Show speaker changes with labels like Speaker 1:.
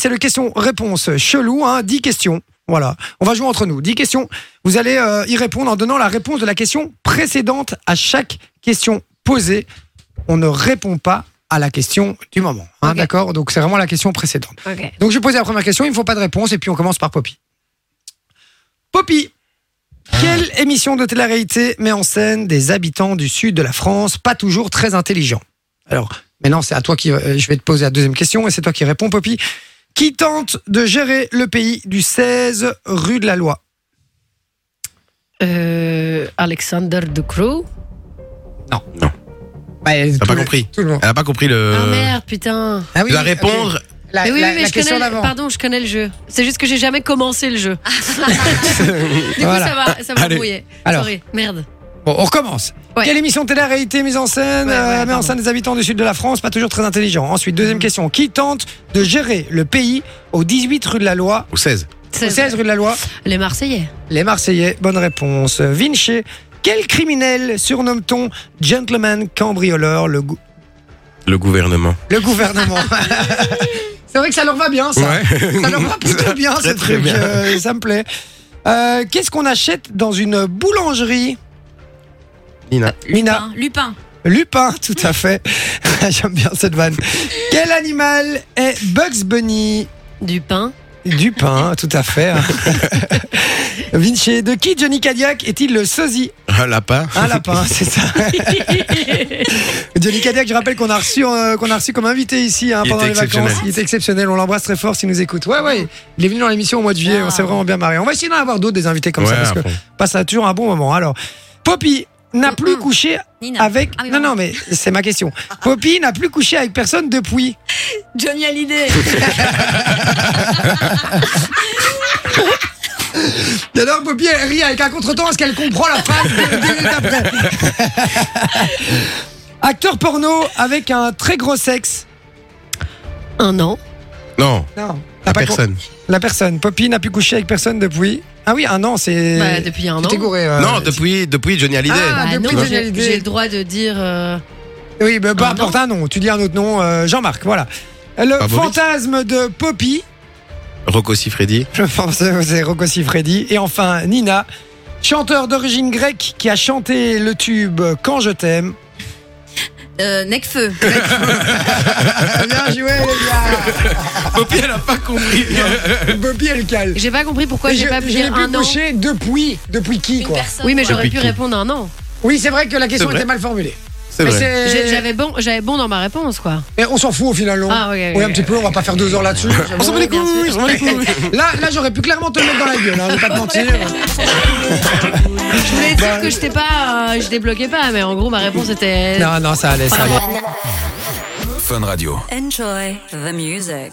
Speaker 1: C'est le question-réponse chelou, hein, 10 questions. Voilà, on va jouer entre nous. 10 questions. Vous allez euh, y répondre en donnant la réponse de la question précédente à chaque question posée. On ne répond pas à la question du moment. hein,
Speaker 2: Ok.
Speaker 1: D'accord Donc c'est vraiment la question précédente.
Speaker 2: Ok.
Speaker 1: Donc je vais poser la première question, il ne faut pas de réponse, et puis on commence par Poppy. Poppy, quelle
Speaker 3: Ah.
Speaker 1: émission de télé-réalité met en scène des habitants du sud de la France pas toujours très intelligents Alors, maintenant c'est à toi qui... euh, Je vais te poser la deuxième question, et c'est toi qui réponds, Poppy. Qui tente de gérer le pays du 16 rue de la Loi
Speaker 2: Euh, Alexander De Croo.
Speaker 1: T'as
Speaker 3: pas compris.
Speaker 1: Tout le monde.
Speaker 3: Bah, Elle a pas compris le.
Speaker 2: Ah merde, putain.
Speaker 1: Ah oui,
Speaker 3: tu dois
Speaker 1: oui, ok.
Speaker 3: répondre.
Speaker 1: La,
Speaker 2: mais oui,
Speaker 1: Ah, la-
Speaker 2: oui, mais
Speaker 1: la
Speaker 2: je
Speaker 1: question
Speaker 2: connais.
Speaker 1: d'avant. Ah,
Speaker 2: Pardon, je connais le jeu. C'est juste que j'ai jamais commencé le jeu. du coup,
Speaker 1: Voilà.
Speaker 2: ça va, ça va
Speaker 3: Allez.
Speaker 2: brouiller.
Speaker 1: Alors.
Speaker 2: Sorry. Merde.
Speaker 1: Bon, on recommence.
Speaker 2: Ouais.
Speaker 1: Quelle émission de télé-réalité mise en scène
Speaker 2: Ouais, ouais,
Speaker 1: euh, met en
Speaker 2: pardon.
Speaker 1: scène des habitants du sud de la France, pas toujours très intelligents. Ensuite, deuxième
Speaker 2: Mhm.
Speaker 1: question. Qui tente de gérer le pays au 18 rue de la Loi
Speaker 3: Ou 16.
Speaker 1: au 16 rue de la Loi
Speaker 2: Les Marseillais.
Speaker 1: Les Marseillais, bonne réponse. Vinci, quel criminel surnomme-t-on gentleman cambrioleur le, gou-
Speaker 3: Le gouvernement.
Speaker 1: le gouvernement C'est vrai que ça leur va bien, ça. Ça leur va plutôt bien,
Speaker 3: Très,
Speaker 1: ce
Speaker 3: très
Speaker 1: truc.
Speaker 3: bien.
Speaker 1: euh, ça me plaît. Euh, Qu'est-ce qu'on achète dans une boulangerie
Speaker 3: Nina.
Speaker 1: Mina.
Speaker 2: Lupin.
Speaker 1: Lupin, tout à fait. J'aime bien cette vanne. Quel animal est Bugs Bunny
Speaker 2: Du pain.
Speaker 1: Du pain, tout à fait. Vinci, de qui Johnny Cadillac est-il le sosie
Speaker 3: Un lapin.
Speaker 1: Un lapin, c'est ça. Johnny Cadillac, je rappelle qu'on a reçu euh, qu'on a reçu comme invité ici hein,
Speaker 3: Il
Speaker 1: pendant
Speaker 3: était
Speaker 1: les vacances.
Speaker 3: exceptionnel.
Speaker 1: Il est exceptionnel. On l'embrasse très fort s'il nous écoute. Ouais, ouais. Il est venu dans l'émission au mois de juillet.
Speaker 4: Ah.
Speaker 1: On s'est vraiment bien marré. On va essayer d'en avoir d'autres des invités comme
Speaker 3: ouais,
Speaker 1: ça parce que
Speaker 3: à fond.
Speaker 1: passe à toujours un bon moment. Alors, Poppy n'a plus
Speaker 2: Mm-mm.
Speaker 1: couché
Speaker 4: Mm, Nina.
Speaker 1: avec.
Speaker 4: Ah oui,
Speaker 1: non,
Speaker 4: pardon.
Speaker 1: non, mais c'est ma question. Poppy n'a plus couché avec personne depuis.
Speaker 4: Johnny Hallyday.
Speaker 1: D'ailleurs, Poppy elle rit avec un contretemps parce qu'elle comprend la phrase deux minutes après. Acteur porno avec un très gros sexe.
Speaker 2: Un an.
Speaker 3: Non,
Speaker 1: Non,
Speaker 3: la
Speaker 1: t'as pas
Speaker 3: personne.
Speaker 1: con- La personne. Poppy n'a plus couché avec personne depuis. Ah oui, un an, c'est.
Speaker 2: Bah, depuis un
Speaker 1: Tu
Speaker 2: an.
Speaker 1: t'es gouré. euh,
Speaker 3: non, depuis, depuis Johnny Hallyday.
Speaker 1: Ah,
Speaker 2: Bah,
Speaker 1: depuis
Speaker 2: non,
Speaker 1: Johnny
Speaker 2: j'ai
Speaker 1: Hallyday.
Speaker 2: j'ai le droit de dire. euh,
Speaker 1: Oui, mais peu
Speaker 2: Un
Speaker 1: importe un nom. Tu dis un autre nom, euh, Jean-Marc, voilà. Le
Speaker 3: Pas Boris.
Speaker 1: fantasme de Poppy.
Speaker 3: Rocco Siffredi.
Speaker 1: Je pense que c'est Rocco Siffredi. Et enfin, Nina, chanteur d'origine grecque qui a chanté le tube Quand je t'aime.
Speaker 4: Euh, Necfeu.
Speaker 1: Bien joué, les
Speaker 3: Poppy, elle a pas compris.
Speaker 1: gars Bobby et le cal.
Speaker 2: J'ai pas compris pourquoi
Speaker 1: Et
Speaker 2: j'ai
Speaker 1: je-
Speaker 2: pas pu
Speaker 1: je n'ai
Speaker 2: dire
Speaker 1: plus
Speaker 2: un an.
Speaker 1: couché depuis, depuis qui,
Speaker 4: Une
Speaker 1: quoi
Speaker 4: personne.
Speaker 2: Oui, mais j'aurais
Speaker 3: Depuis
Speaker 2: pu
Speaker 3: qui
Speaker 2: répondre un an.
Speaker 1: Oui, c'est vrai que la question
Speaker 3: C'est vrai.
Speaker 1: était mal formulée.
Speaker 3: C'est
Speaker 1: Mais
Speaker 3: vrai.
Speaker 1: c'est-
Speaker 2: J'ai- J'avais bon, j'avais bon dans ma réponse, quoi.
Speaker 1: Mais on s'en fout au final, non
Speaker 2: Ah, ok, ok,
Speaker 1: Oui, un petit peu, on va pas faire deux heures là-dessus.
Speaker 2: On s'en bat les couilles, on s'en bat les couilles.
Speaker 1: Là, là j'aurais pu clairement te le mettre dans la gueule, hein, je vais pas te mentir.
Speaker 2: Je voulais dire que je t'ai pas, euh, je débloquais pas, mais en gros ma réponse était
Speaker 1: Non, non, ça allait, ça allait.
Speaker 5: Fun Radio.
Speaker 4: Enjoy the music.